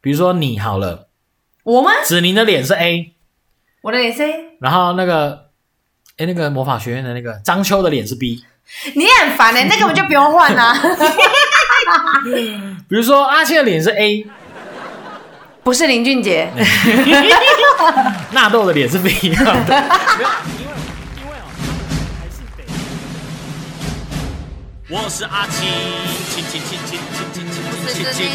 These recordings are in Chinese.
比如说你好了，我吗？子宁的脸是 A，我的脸 C，然后那个哎那个魔法学院的那个张秋的脸是 B，你很烦哎、那根本就不用换啦、比如说阿庆的脸是 A， 不是林俊杰，纳豆的脸是 B，我是阿青，青青青青青青青青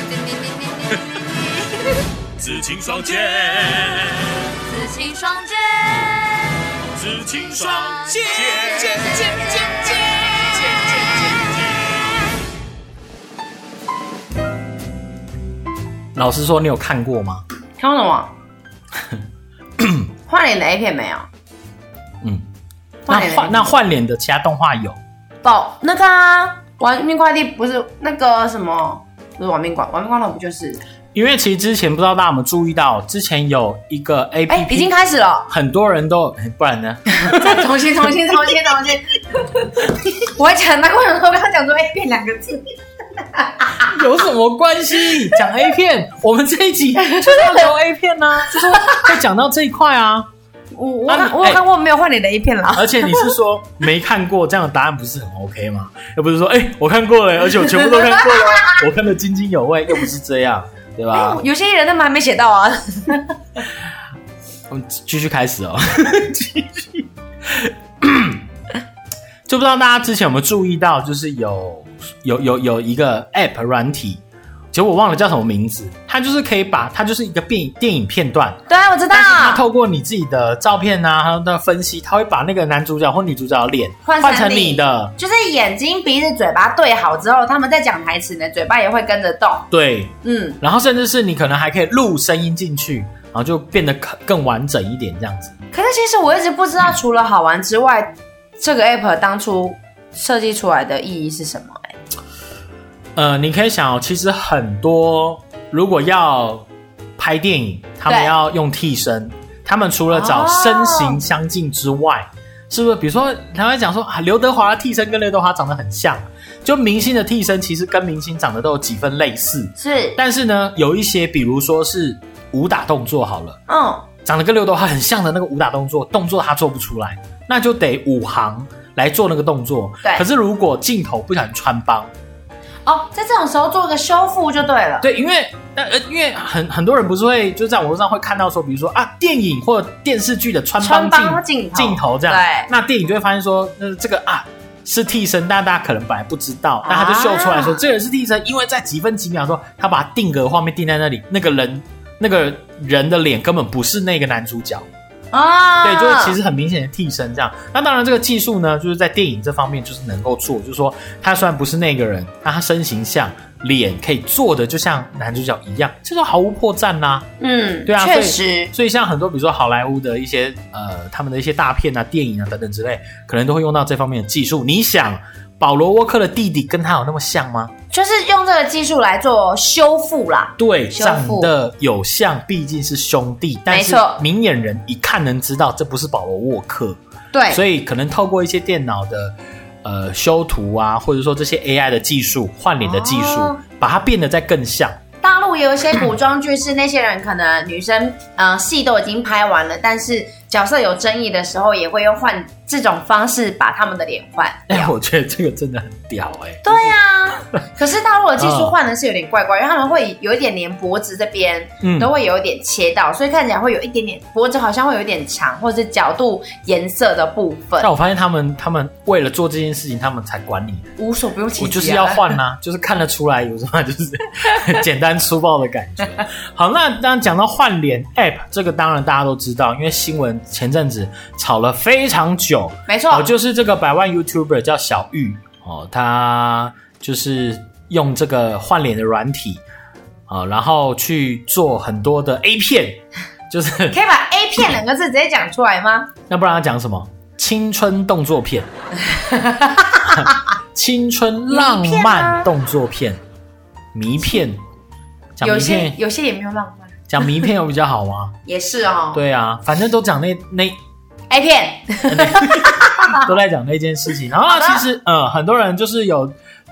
青，紫青双剑，紫青双剑，紫青双剑。老实说，你有看过吗？看不懂 啊。换脸的 A 片没有？嗯，换那脸的 A 换片那换脸的其他动画有，宝那个啊，玩命快递不是那个什么，不是玩命关，玩命关头不就是？因为其实之前不知道大家有没有注意到，之前有一个 A 哎、 P 已经 P，开始 了，很多人都 哎不然呢？再重新重新重新重新。我讲那为什么不要讲出 A 片两个字？有什么关系？讲 A 片，我们这一集就是要 聊 A 片呢、就是会讲到这一块啊。我我那看你我有哎看过没有换脸的 A 片啦。而且你是说没看过，这样的答案不是很 OK 吗？又不是说，哎、我看过了，而且我全部都看过 了，我看的津津有味，又不是这样，对吧？有些人他们还没写到啊，我们继续开始哦，继续。就不知道大家之前有没有注意到，就是有有有有一个 App 软体，其实我忘了叫什么名字，它就是可以把它就是一个电影电影片段，对啊，我知道但是它透过你自己的照片啊，还有的分析，它会把那个男主角或女主角的脸换成换成你你的，就是眼睛、鼻子、嘴巴对好之后，他们在讲台词呢，嘴巴也会跟着动。对，嗯，然后甚至是你可能还可以录声音进去，然后就变得更更完整一点这样子。可是其实我一直不知道，除了好玩之外，这个 app 当初设计出来的意义是什么、欸？呃，你可以想哦，其实很多如果要拍电影，他们对要用替身，他们除了找哦身形相近之外，是不是？比如说，他会讲说啊，刘德华的替身跟刘德华长得很像，就明星的替身其实跟明星长得都有几分类似，是，但是呢，有一些比如说是武打动作好了，嗯，长得跟刘德华很像的那个武打动作，动作他做不出来，那就得武行来做那个动作。对可是如果镜头不小心穿帮，哦，在这种时候做个修复就对了。对，因啊为那呃，因为很很多人不是会就在网络上会看到说，比如说啊，电影或电视剧的穿穿帮帮镜头镜头这样，对那电影就会发现说，呃，这个啊是替身，但大家可能本来不知道，那他就秀出来说、啊这个人是替身，因为在几分几秒的时候，他把定格画面定在那里，那个人那个人的脸根本不是那个男主角，啊，对，就是其实很明显的替身这样。那当然，这个技术呢，就是在电影这方面就是能够做，就是说他虽然不是那个人，但他身形像脸可以做的就像男主角一样，这就毫无破绽啦、嗯，对啊确实，所以像很多比如说好莱坞的一些呃他们的一些大片啊、电影啊等等之类，可能都会用到这方面的技术。你想，保罗沃克的弟弟跟他有那么像吗？就是用这个技术来做修复啦。对，修长复得有像，毕竟是兄弟，但是没错明眼人一看能知道这不是保罗沃克。对，所以可能透过一些电脑的呃修图啊，或者说这些 AI 的技术、换脸的技术，哦把它变得再更像。大陆也有一些古装剧，是那些人可能女生呃戏都已经拍完了，但是角色有争议的时候，也会用换这种方式把他们的脸换。哎、我觉得这个真的很屌哎、对呀、 可是大陆的技术换的是有点怪怪，因为他们会有一点连脖子这边嗯都会有一点切到，所以看起来会有一点点脖子好像会有一点长，或者是角度颜色的部分但，我发现他们他们为了做这件事情，他们才管理。无所不用其极、啊。我就是要换呐、就是看得出来有什么，就是 简单粗暴的感觉。好，那当然讲到换脸 App 这个，当然大家都知道，因为新闻前阵子吵了非常久，没哦，错，就是这个百万 YouTuber 叫小玉哦，他就是用这个换脸的软体啊、哦然后去做很多的 A 片， 就是可以把 A 片两个字直接讲出来吗？那不然他讲什么青春动作 片，青春浪迷片啊漫动作片，迷片，讲有迷些片有些也没有浪漫，讲迷片有比较好 吗？也是哦。对啊，反正都讲那那 A 片， 都在讲那件事情。然后的其实呃，很多人就是有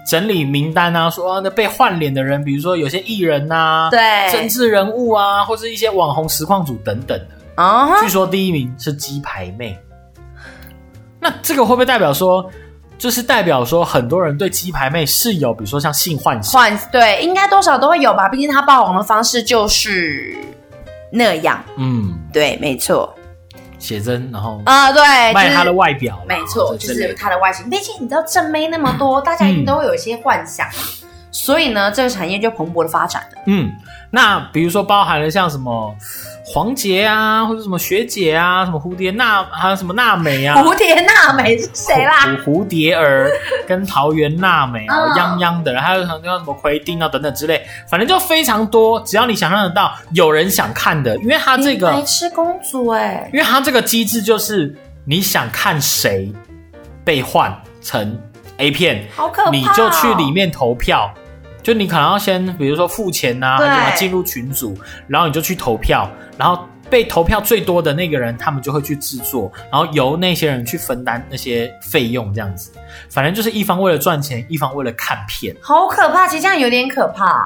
整理名单啊，说啊那被换脸的人，比如说有些艺人呐、政对，治人物啊，或是一些网红实况组等等的。啊哈，据说第一名是鸡排妹。那这个会不会代表说，就是代表说很多人对鸡排妹是有，比如说像性幻想，换对，应该多少都会有吧，毕竟他爆红的方式就是那样。嗯，对，没错。写真，然后啊、对，卖就是她的外表啦，没错，或者就之类是的它的外形。毕竟你知道正妹那么多，大家一定嗯都会有一些幻想，所以呢，这个产业就蓬勃的发展了。嗯，那比如说包含了像什么黄杰啊，或者什么学姐啊，什么蝴蝶娜，还有什么娜美啊，哦蝴蝶娜美是谁啦？蝴蝴蝶儿跟桃园娜美 啊嗯，泱泱的，还有很多什么奎丁啊等等之类，反正就非常多，只要你想象得到，有人想看的，因为它这个白痴公主哎、因为它这个机制就是你想看谁被换成 A 片，好可怕哦你就去里面投票。就你可能要先，比如说付钱呐、啊，对还是什么进入群组，然后你就去投票，然后被投票最多的那个人，他们就会去制作，然后由那些人去分担那些费用，这样子。反正就是一方为了赚钱，一方为了看片。好可怕，其实这样有点可怕。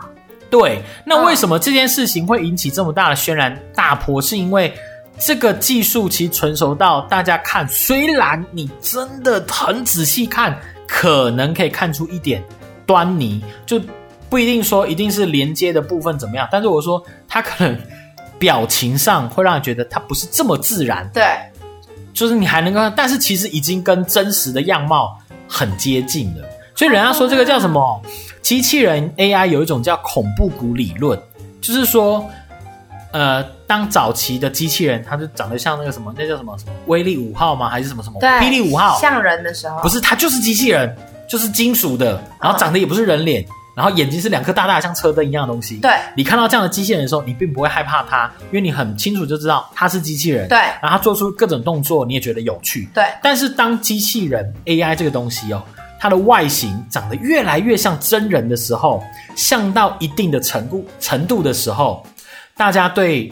对，那嗯为什么这件事情会引起这么大的轩然大波？是因为这个技术其实成熟到大家看，虽然你真的很仔细看，可能可以看出一点端倪，就不一定说一定是连接的部分怎么样，但是我说它可能表情上会让你觉得它不是这么自然，对，就是你还能够看，但是其实已经跟真实的样貌很接近了。所以人家说这个叫什么？机器人 AI 有一种叫恐怖谷理论，就是说，呃，当早期的机器人，它就长得像那个什么，那叫什么什么威力五号吗？还是什么什么对霹雳五号？像人的时候不是，它就是机器人，就是金属啊的，然后长得也不是人脸，然后眼睛是两颗大大的像车灯一样的东西。对你看到这样的机器人的时候，你并不会害怕它，因为你很清楚就知道它是机器人。对然后它做出各种动作，你也觉得有趣。对但是当机器人 AI 这个东西哦，它的外形长得越来越像真人的时候，像到一定的程度程度的时候，大家对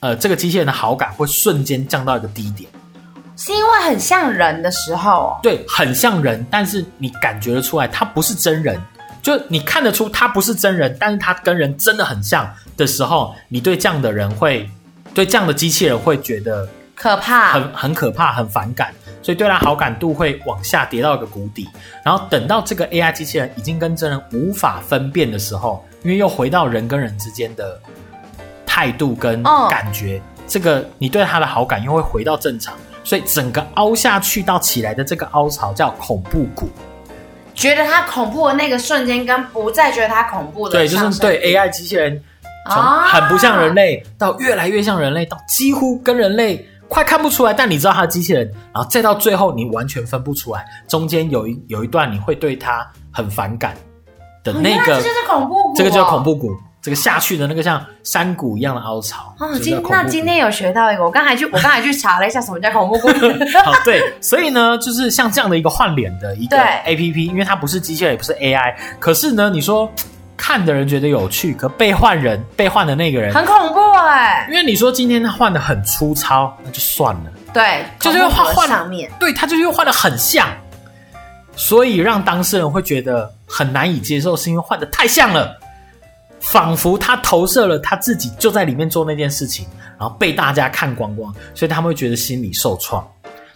呃这个机器人的好感会瞬间降到一个低点。是因为很像人的时候，对，很像人，但是你感觉得出来它不是真人，就你看得出它不是真人，但是它跟人真的很像的时候，你对这样的人会，对这样的机器人会觉得可怕。很很可怕，很反感，所以对它好感度会往下跌到一个谷底。然后等到这个 AI 机器人已经跟真人无法分辨的时候，因为又回到人跟人之间的态度跟哦感觉，这个你对它的好感又会回到正常。所以整个凹下去到起来的这个凹槽叫恐怖谷，觉得它恐怖的那个瞬间，跟不再觉得它恐怖的对，就上是升哦对 AI 机器人从啊很不像人类到越来越像人类，到几乎跟人类快看不出来，但你知道它的机器人，然后再到最后你完全分不出来，中间有一有一段你会对它很反感的哦那原来个这，就是恐怖谷哦，这个叫恐怖谷，这个下去的那个像山谷一样的凹槽，哦，就今叫恐那怖今谷天有学到一个，我刚才去我刚才去查了一下什么叫恐怖 故事，好，对，所以呢，就是像这样的一个换脸的一个对 A P P，因为它不是机器人，也不是 A I，可是呢，你说看的人觉得有趣，可被换人，被换的那个人，很恐怖哎、因为你说今天他换的很粗糙，那就算了，对，就是恐怖谷的换换上面，对，他就是又换的很像，所以让当事人会觉得很难以接受，是因为换的太像了。仿佛他投射了他自己就在里面做那件事情，然后被大家看光光，所以他们会觉得心理受创。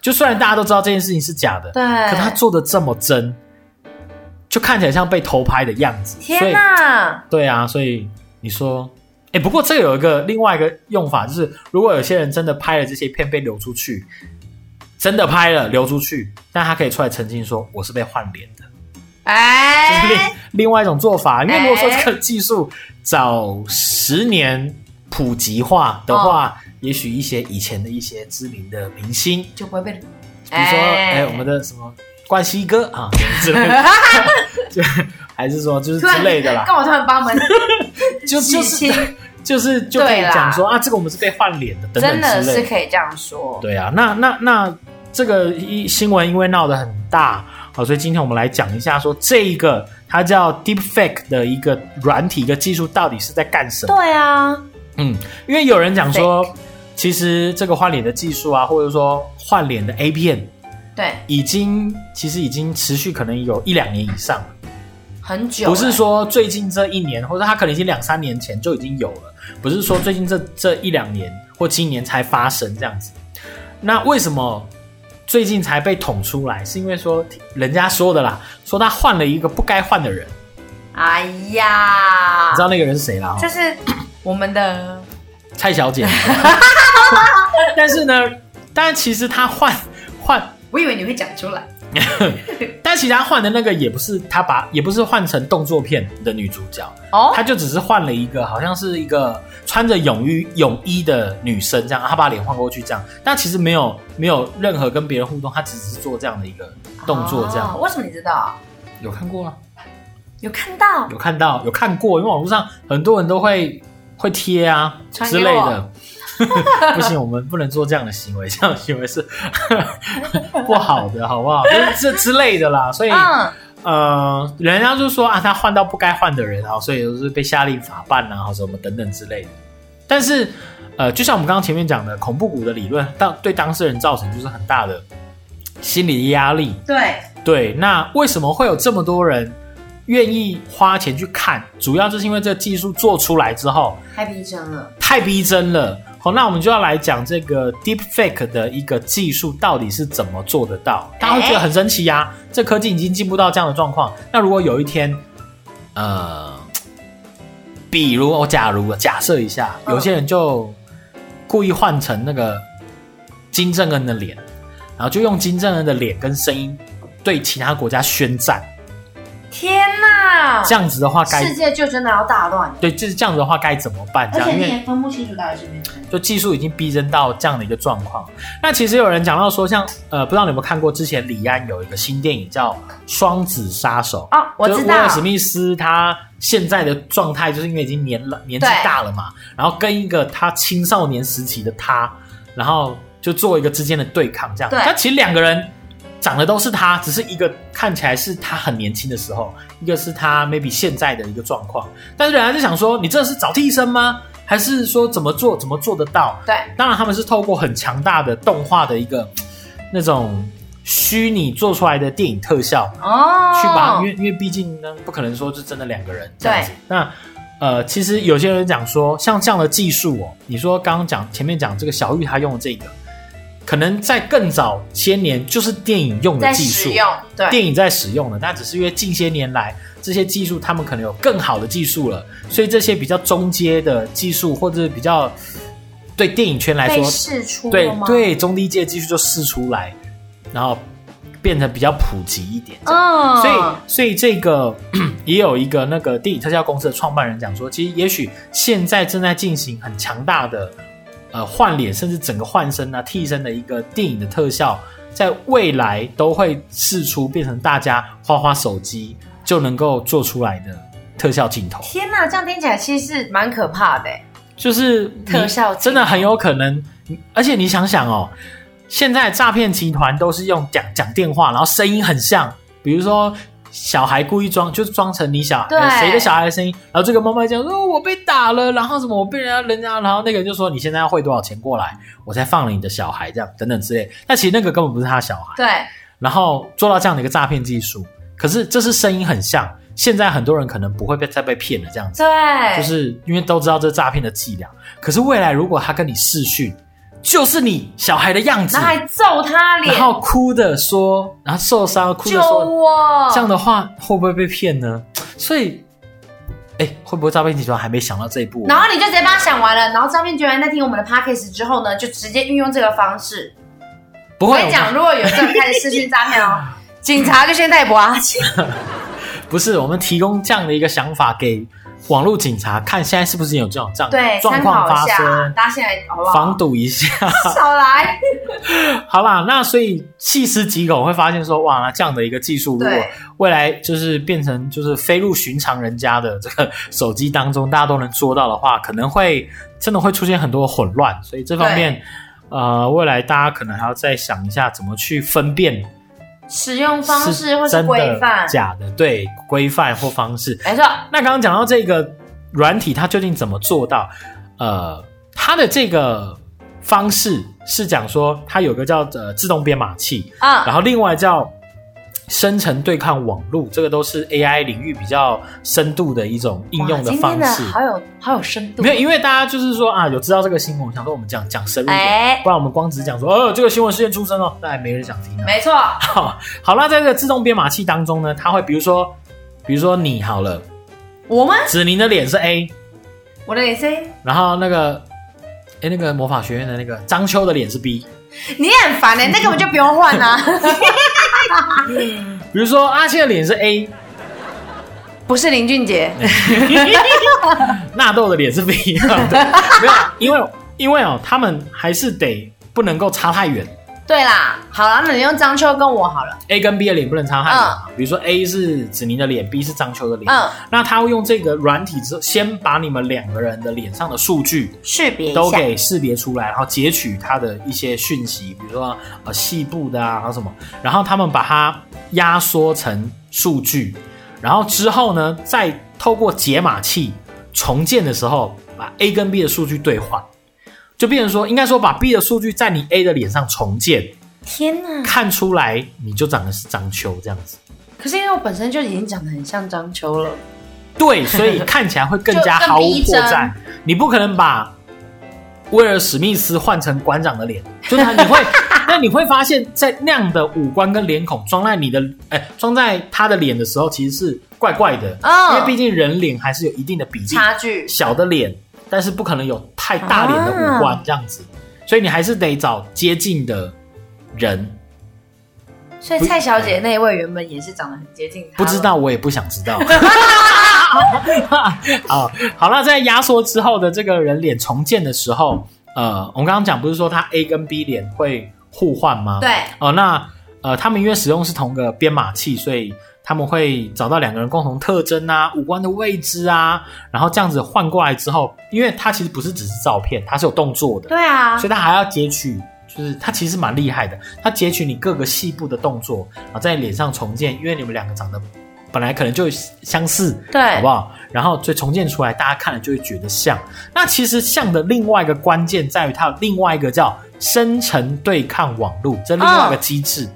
就虽然大家都知道这件事情是假的，对可他做的这么真，就看起来像被偷拍的样子。所天以哪，对啊，所以你说，哎、不过这个有一个另外一个用法，就是如果有些人真的拍了这些片被流出去，真的拍了流出去，但他可以出来澄清说我是被换脸的，这是另、哎，另外一种做法。因为如果说哎这个技术早十年普及化的话，也许一些以前的一些知名的明星，就不会被，比比如说，哎、我们的什么冠希哥啊之类的，就还是说就是之类的啦。跟我突然帮我 们就就洗是清， 就是就可以对啦讲说啊，这个我们是被换脸的等真的等之是类的。可以这样说，对啊，那那那这个一新闻因为闹得很大，好，所以今天我们来讲一下说这一个它叫 Deepfake 的一个软体一个技术到底是在干什么？对啊，嗯，因为有人讲说，其实这个换脸的技术啊，或者说换脸的 A 片，对，啊已经其实已经持续可能有一两年以上了。很久了，不是说最近这一年，或者他可能已经两三年前就已经有了，不是说最近这这一两年或今年才发生这样子。那为什么最近才被捅出来？是因为说人家说的啦，说他换了一个不该换的人，哎呀你知，道那个人是谁啦？哦就是我们的蔡小姐。但是呢，但其实他换换，我以为你会讲出来，但其实他换的那个也不是他把，也不是换成动作片的女主角。哦他就只是换了一个，好像是一个穿着泳衣泳衣的女生这样，他把脸换过去这样，但其实没有没有任何跟别人互动，他只是做这样的一个动作这样。哦为什么你知道？有看过啊？有看到有看到有看过，因为网络上很多人都会会贴啊传之给我类的。 不行，我们不能做这样的行为，这样的行为是 不好的，好不好？这这之类的啦，所以。嗯，呃，人家就说啊，他换到不该换的人啊，所以就是被下令法办啊，或什么等等之类的。但是，呃，就像我们刚刚前面讲的，恐怖谷的理论，当对当事人造成就是很大的心理压力。对，对，那为什么会有这么多人愿意花钱去看？主要就是因为这个技术做出来之后，太逼真了，太逼真了。好，那我们就要来讲这个 deepfake 的一个技术到底是怎么做得到？大家会觉得很神奇呀、这科技已经进步到这样的状况。那如果有一天，呃，比如我假如假设一下，嗯有些人就故意换成那个金正恩的脸，然后就用金正恩的脸跟声音对其他国家宣战，天哪！这样子的话该啊世界就真的要大乱，对，就是这样子的话该怎么办？这而样且因你为。也分不清楚到底是不是真的。就技术已经逼真到这样的一个状况。那其实有人讲到说像，呃，不知道你有没有看过之前李安有一个新电影叫《双子杀手》。哦，我就是知威尔道，史密斯他现在的状态，就是因为已经年了年纪对大了嘛，然后跟一个他青少年时期的他，然后就做一个之间的对抗，这样。对但其实两个人长得都是他，只是一个看起来是他很年轻的时候，一个是他 maybe 现在的一个状况。但是人家就想说，你这是找替身吗？还是说怎么做怎么做得到？对，当然，他们是透过很强大的动画的一个那种虚拟做出来的电影特效，哦，去把，因为因为毕竟呢，不可能说是真的两个人这样子对。那呃，其实有些人讲说，像这样的技术哦，你说刚刚讲前面讲这个小玉她用的这个，可能在更早些年就是电影用的在技使术，用，对，电影在使用的，那只是因为近些年来这些技术他们可能有更好的技术了，所以这些比较中阶的技术或者是比较对电影圈来被说试出对了吗？，对中低阶技术就试出来，然后变成比较普及一点。嗯，所以，所以这个哦 也有一个那个电影特效公司的创办人讲说，其实也许现在正在进行很强大的呃换脸，甚至整个换身啊、替身的一个电影的特效，在未来都会试出变成大家花花手机就能够做出来的特效镜头，天哪，这样听起来其实是蛮可怕的欸，就是你特效镜头真的很有可能，而且你想想哦，现在诈骗集团都是用讲讲电话，然后声音很像，比如说小孩故意装，就是装成你小孩对呃谁的小孩的声音，然后这个妈妈讲说、哦、我被打了，然后什么我被人家人家，然后那个人就说你现在要汇多少钱过来，我才放了你的小孩这样等等之类，但其实那个根本不是他小孩，对，然后做到这样的一个诈骗技术，可是这是声音很像，现在很多人可能不会被再被骗了这样子。对，就是因为都知道这诈骗的伎俩。可是未来如果他跟你视讯，就是你小孩的样子然后，还揍他脸，然后哭的说，然后受伤哭救的说，我，这样的话会不会被骗呢？所以，哎，会不会诈骗集团还没想到这一步？啊然后你就直接把它想完了，然后诈骗居然在听我们的 podcast 之后呢，就直接运用这个方式。不我会跟你，讲，如果有这种开始视讯诈骗 哦，警察就先逮捕啊阿青。不是我们提供这样的一个想法给网络警察看，现在是不是有这种这样对，状参况考一发下，生？大家现在好不好？防堵一下，少来，好啦，那所以细思极恐，会发现说，哇，那这样的一个技术，如果对未来就是变成就是飞入寻常人家的这个手机当中，大家都能做到的话，可能会真的会出现很多混乱。所以这方面，呃，未来大家可能还要再想一下怎么去分辨使用方式或是真规的范，假的，对规范或方式。没错，那刚刚讲到这个软体，它究竟怎么做到？呃，它的这个方式是讲说，它有个叫呃自动编码器，嗯，然后另外叫深层对抗网络，这个都是 AI 领域比较深度的一种应用的哇方今天的式。好有好有深度。没有，因为大家就是说啊，有知道这个新闻，我想说我们讲讲深入一点，哎不然我们光只讲说，哦，这个新闻事件出生了，那也没人想听啊。没错，好，好，那在这个自动编码器当中呢，它会比如说，比如说你好了，我吗？子宁的脸是 A，我的脸是，然后那个，哎，那个魔法学院的那个张秋的脸是 B，你也很烦哎、那根本就不用换啊。比如说阿信的脸是 A， 不是林俊杰，纳豆的脸是 B，对没 有，因为因为哦，他们还是得不能够差太远对啦，好了，那你用张秋跟我好了。 ，A 跟 B 的脸不能差太远啊、比如说 A 是子宁的脸，B 是张秋的脸，嗯，那他会用这个软体之后，先把你们两个人的脸上的数据。识别一都下。给识别出来，然后截取它的一些讯息，比如说呃细部的啊，然后什么，然后他们把它压缩成数据，然后之后呢，再透过解码器重建的时候，把 A 跟 B 的数据兑换，就变成说，应该说把 B 的数据在你 A 的脸上重建，天哪！看出来你就长得是张秋这样子。可是因为我本身就已经长得很像张秋了，对，所 以看起来会更加就更毫无逼破真绽。你不可能把威尔史密斯换成馆长的脸，就是他你 会，那你会发现在那样的五官跟脸孔装在你的，哎，装在他的脸的时候，其实是怪怪的，因嗯为毕竟人脸还是有一定的比例，差距。小的脸，但是不可能有太大脸的五官这样子，啊所以你还是得找接近的人。所以蔡小姐那一位原本也是长得很接近她。不知。道，我也不想知道。 好，好了，在压缩之后的这个人脸重建的时候，呃，我们刚刚讲不是说它 A 跟 B 脸会互换吗？。对，哦，那呃，他们因为使用是同个编码器，所以他们会找到两个人共同特征啊、五官的位置啊，然后这样子换过来之后，因为它其实不是只是照片，它是有动作的。对啊所，以它还要截取，就是它其实蛮厉害的，它截取你各个细部的动作，然后在脸上重建，因为你们两个长得本来可能就相似，对好不好？然后就重建出来，大家看了就会觉得像。那其实像的另外一个关键在于它有另外一个叫深层对抗网络，这另外一个机制。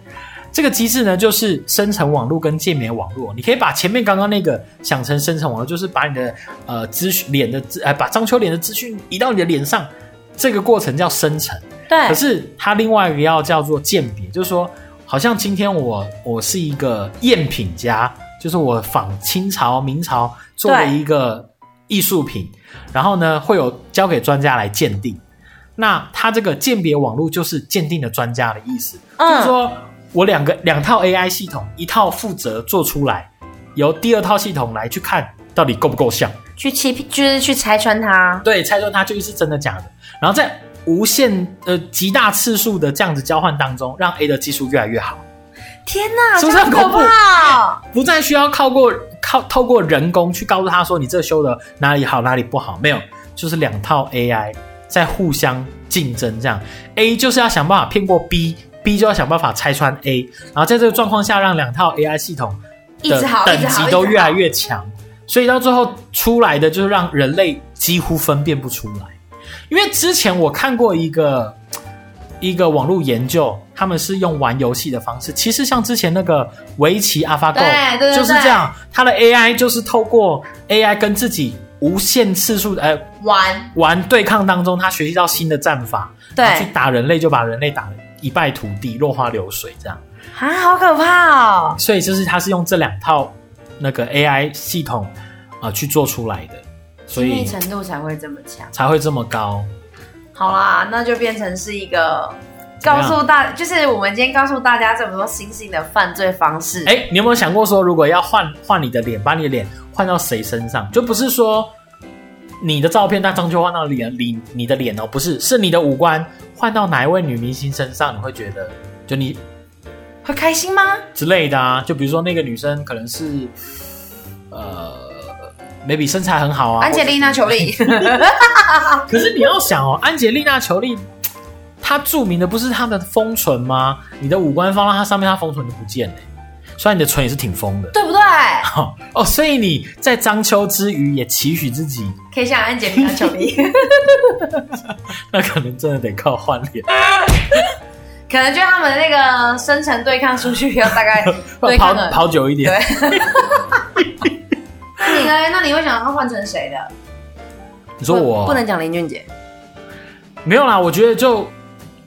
这个机制呢，就是深层网络跟界面网络。你可以把前面刚刚那个想成深层网络，就是把你的呃资讯脸的资，呃，把张秋脸的资讯移到你的脸上，这个过程叫生成，对可，是它另外一个要叫做鉴别，就是说，好像今天我我是一个赝品家，就是我仿清朝、明朝做了对一个艺术品，然后呢会有交给专家来鉴定。那它这个鉴别网络就是鉴定的专家的意思，就是嗯，说我两个两套 AI 系统，一套负责做出来，由第二套系统来去看到底够不够像。去欺骗，就是去拆穿她。对，猜中它究竟是真的假的。然后在无限呃极大次数的这样子交换当中，让 A 的技术越来越好，天哪，是不这是样很可恐怖怕哦！不再需要靠过靠透过人工去告诉他说你这修的哪里好哪里不好，没有，就是两套 AI 在互相竞争，这样 A 就是要想办法骗过 B，B 就要想办法拆穿 A，然后在这个状况下让两套 AI 系统一的直好，一等直好，级一都直越好来越强，所以到最后出来的就是让人类几乎分辨不出来。因为之前我看过一个一个网络研究，他们是用玩游戏的方式，其实像之前那个围棋 AlphaGo 对对对就是这样，它的 AI 就是透过 AI 跟自己无限次数的呃玩。玩对抗当中，他学习到新的战法，对然后去打人类就把人类打得一败涂地、落花流水这样。啊，好可怕哦！所以就是它是用这两套那个 AI 系统啊、呃去做出来的，所亲密以程度才会这么强。才会这么高。好啦，那就变成是一个怎么告样诉大，就是我们今天告诉大家这么多新兴的犯罪方式。哎，你有没有想过说，如果要换换你的脸，把你的脸换到谁身上？就不是说你的照片，那张秋换到脸，你你的脸哦，不是，是你的五官换到哪一位女明星身上，你会觉得就你会开心吗？之类的啊？就比如说那个女生可能是呃，maybe 身材很好啊，安吉丽娜·裘丽， 可是你要想哦，安吉丽娜·裘丽，她著名的不是她的丰唇吗？你的五官放到她上面，她丰唇就不见了欸。虽然你的唇也是挺丰的，对不对？哦哦，所以你在章丘之余也期许自己，可以像安吉丽娜 ·裘丽。那可能真的得靠换脸。可可能就他们的那个生成对抗数据要大概对跑抗了。跑久一点对。那你呢？那你会想要换成谁的？你说我不不能讲林俊杰，没有啦，我觉得就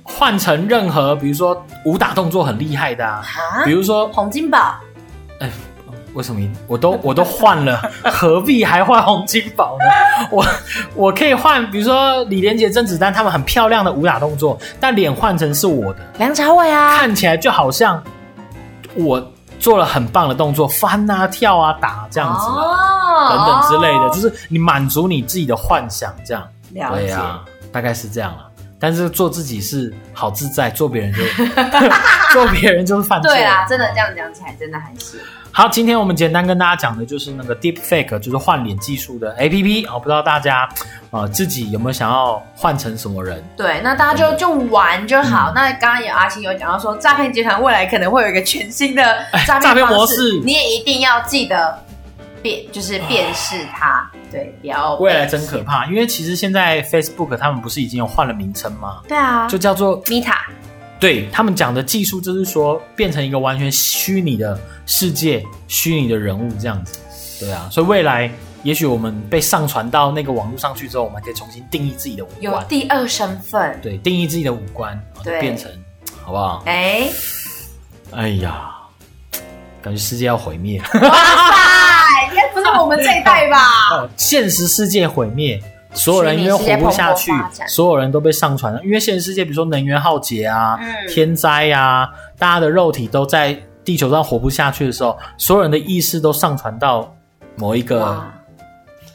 换成任何，比如说武打动作很厉害的啊，啊比如说洪金宝，为什么一我都我都换了，何必还换洪金宝呢？我我可以换，比如说李连杰、甄子丹他们很漂亮的武打动作，但脸换成是我的，梁朝伟啊，看起来就好像我做了很棒的动作，翻啊、跳啊、打这样子啊、哦等等之类的，就是你满足你自己的幻想这样。了对解。呀、大概是这样了。但是做自己是好自在，做别人 就做别人就是犯错。对啊啦，真的这样讲起来，真的还是好，今天我们简单跟大家讲的就是那个 Deepfake，就是换脸技术的 APP 哦。不知道大家呃自己有没有想要换成什么人？对。那大嗯家就就玩就好。那刚刚有阿青有讲到说，诈骗集团未来可能会有一个全新的诈哎诈骗骗方模式你也一定要记得辨，就是辨识它，对，不要被啊未来真可怕，因为其实现在 Facebook 他们不是已经有换了名称吗？对啊，就叫做米塔，对他们讲的技术，就是说变成一个完全虚拟的世界、虚拟的人物这样子。对啊，所以未来也许我们被上传到那个网络上去之后，我们还可以重新定义自己的五有官，第二身份，对，定义自己的五官，然后就对变成，好不好？哎、哎呀，感觉世界要毁灭，啊哎，应该不是我们这一代吧？现实世界毁灭，啊所有人因为活不下去虚拟世界蓬勃发，展所有人都被上传了。因为现实世界，比如说能源浩劫啊、嗯天灾啊，大家的肉体都在地球上活不下去的时候，所有人的意识都上传到某一个哇，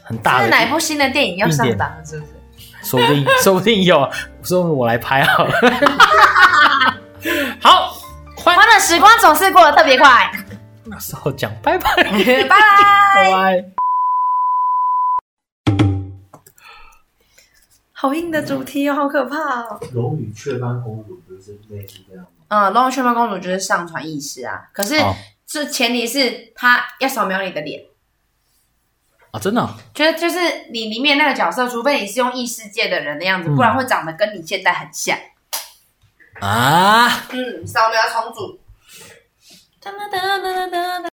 很大的这是地，哪一部新的电影要上档了？是不是？说不 定说不定有，啊说不定我来拍好了。好，欢欢乐时光总是过得特别 快，那时候讲拜拜。拜拜。拜。好硬的主题哦，好可怕哦。龙与雀斑公主不是类似这样吗？嗯，龙与雀斑公主就是上传意识啊，可是哦这前提是他要扫描你的脸，啊，真的哦、就是就是你里面那个角色，除非你是用异世界的人的样子，嗯不然会长得跟你现在很像。啊。嗯，扫描重组。哒哒哒哒哒哒。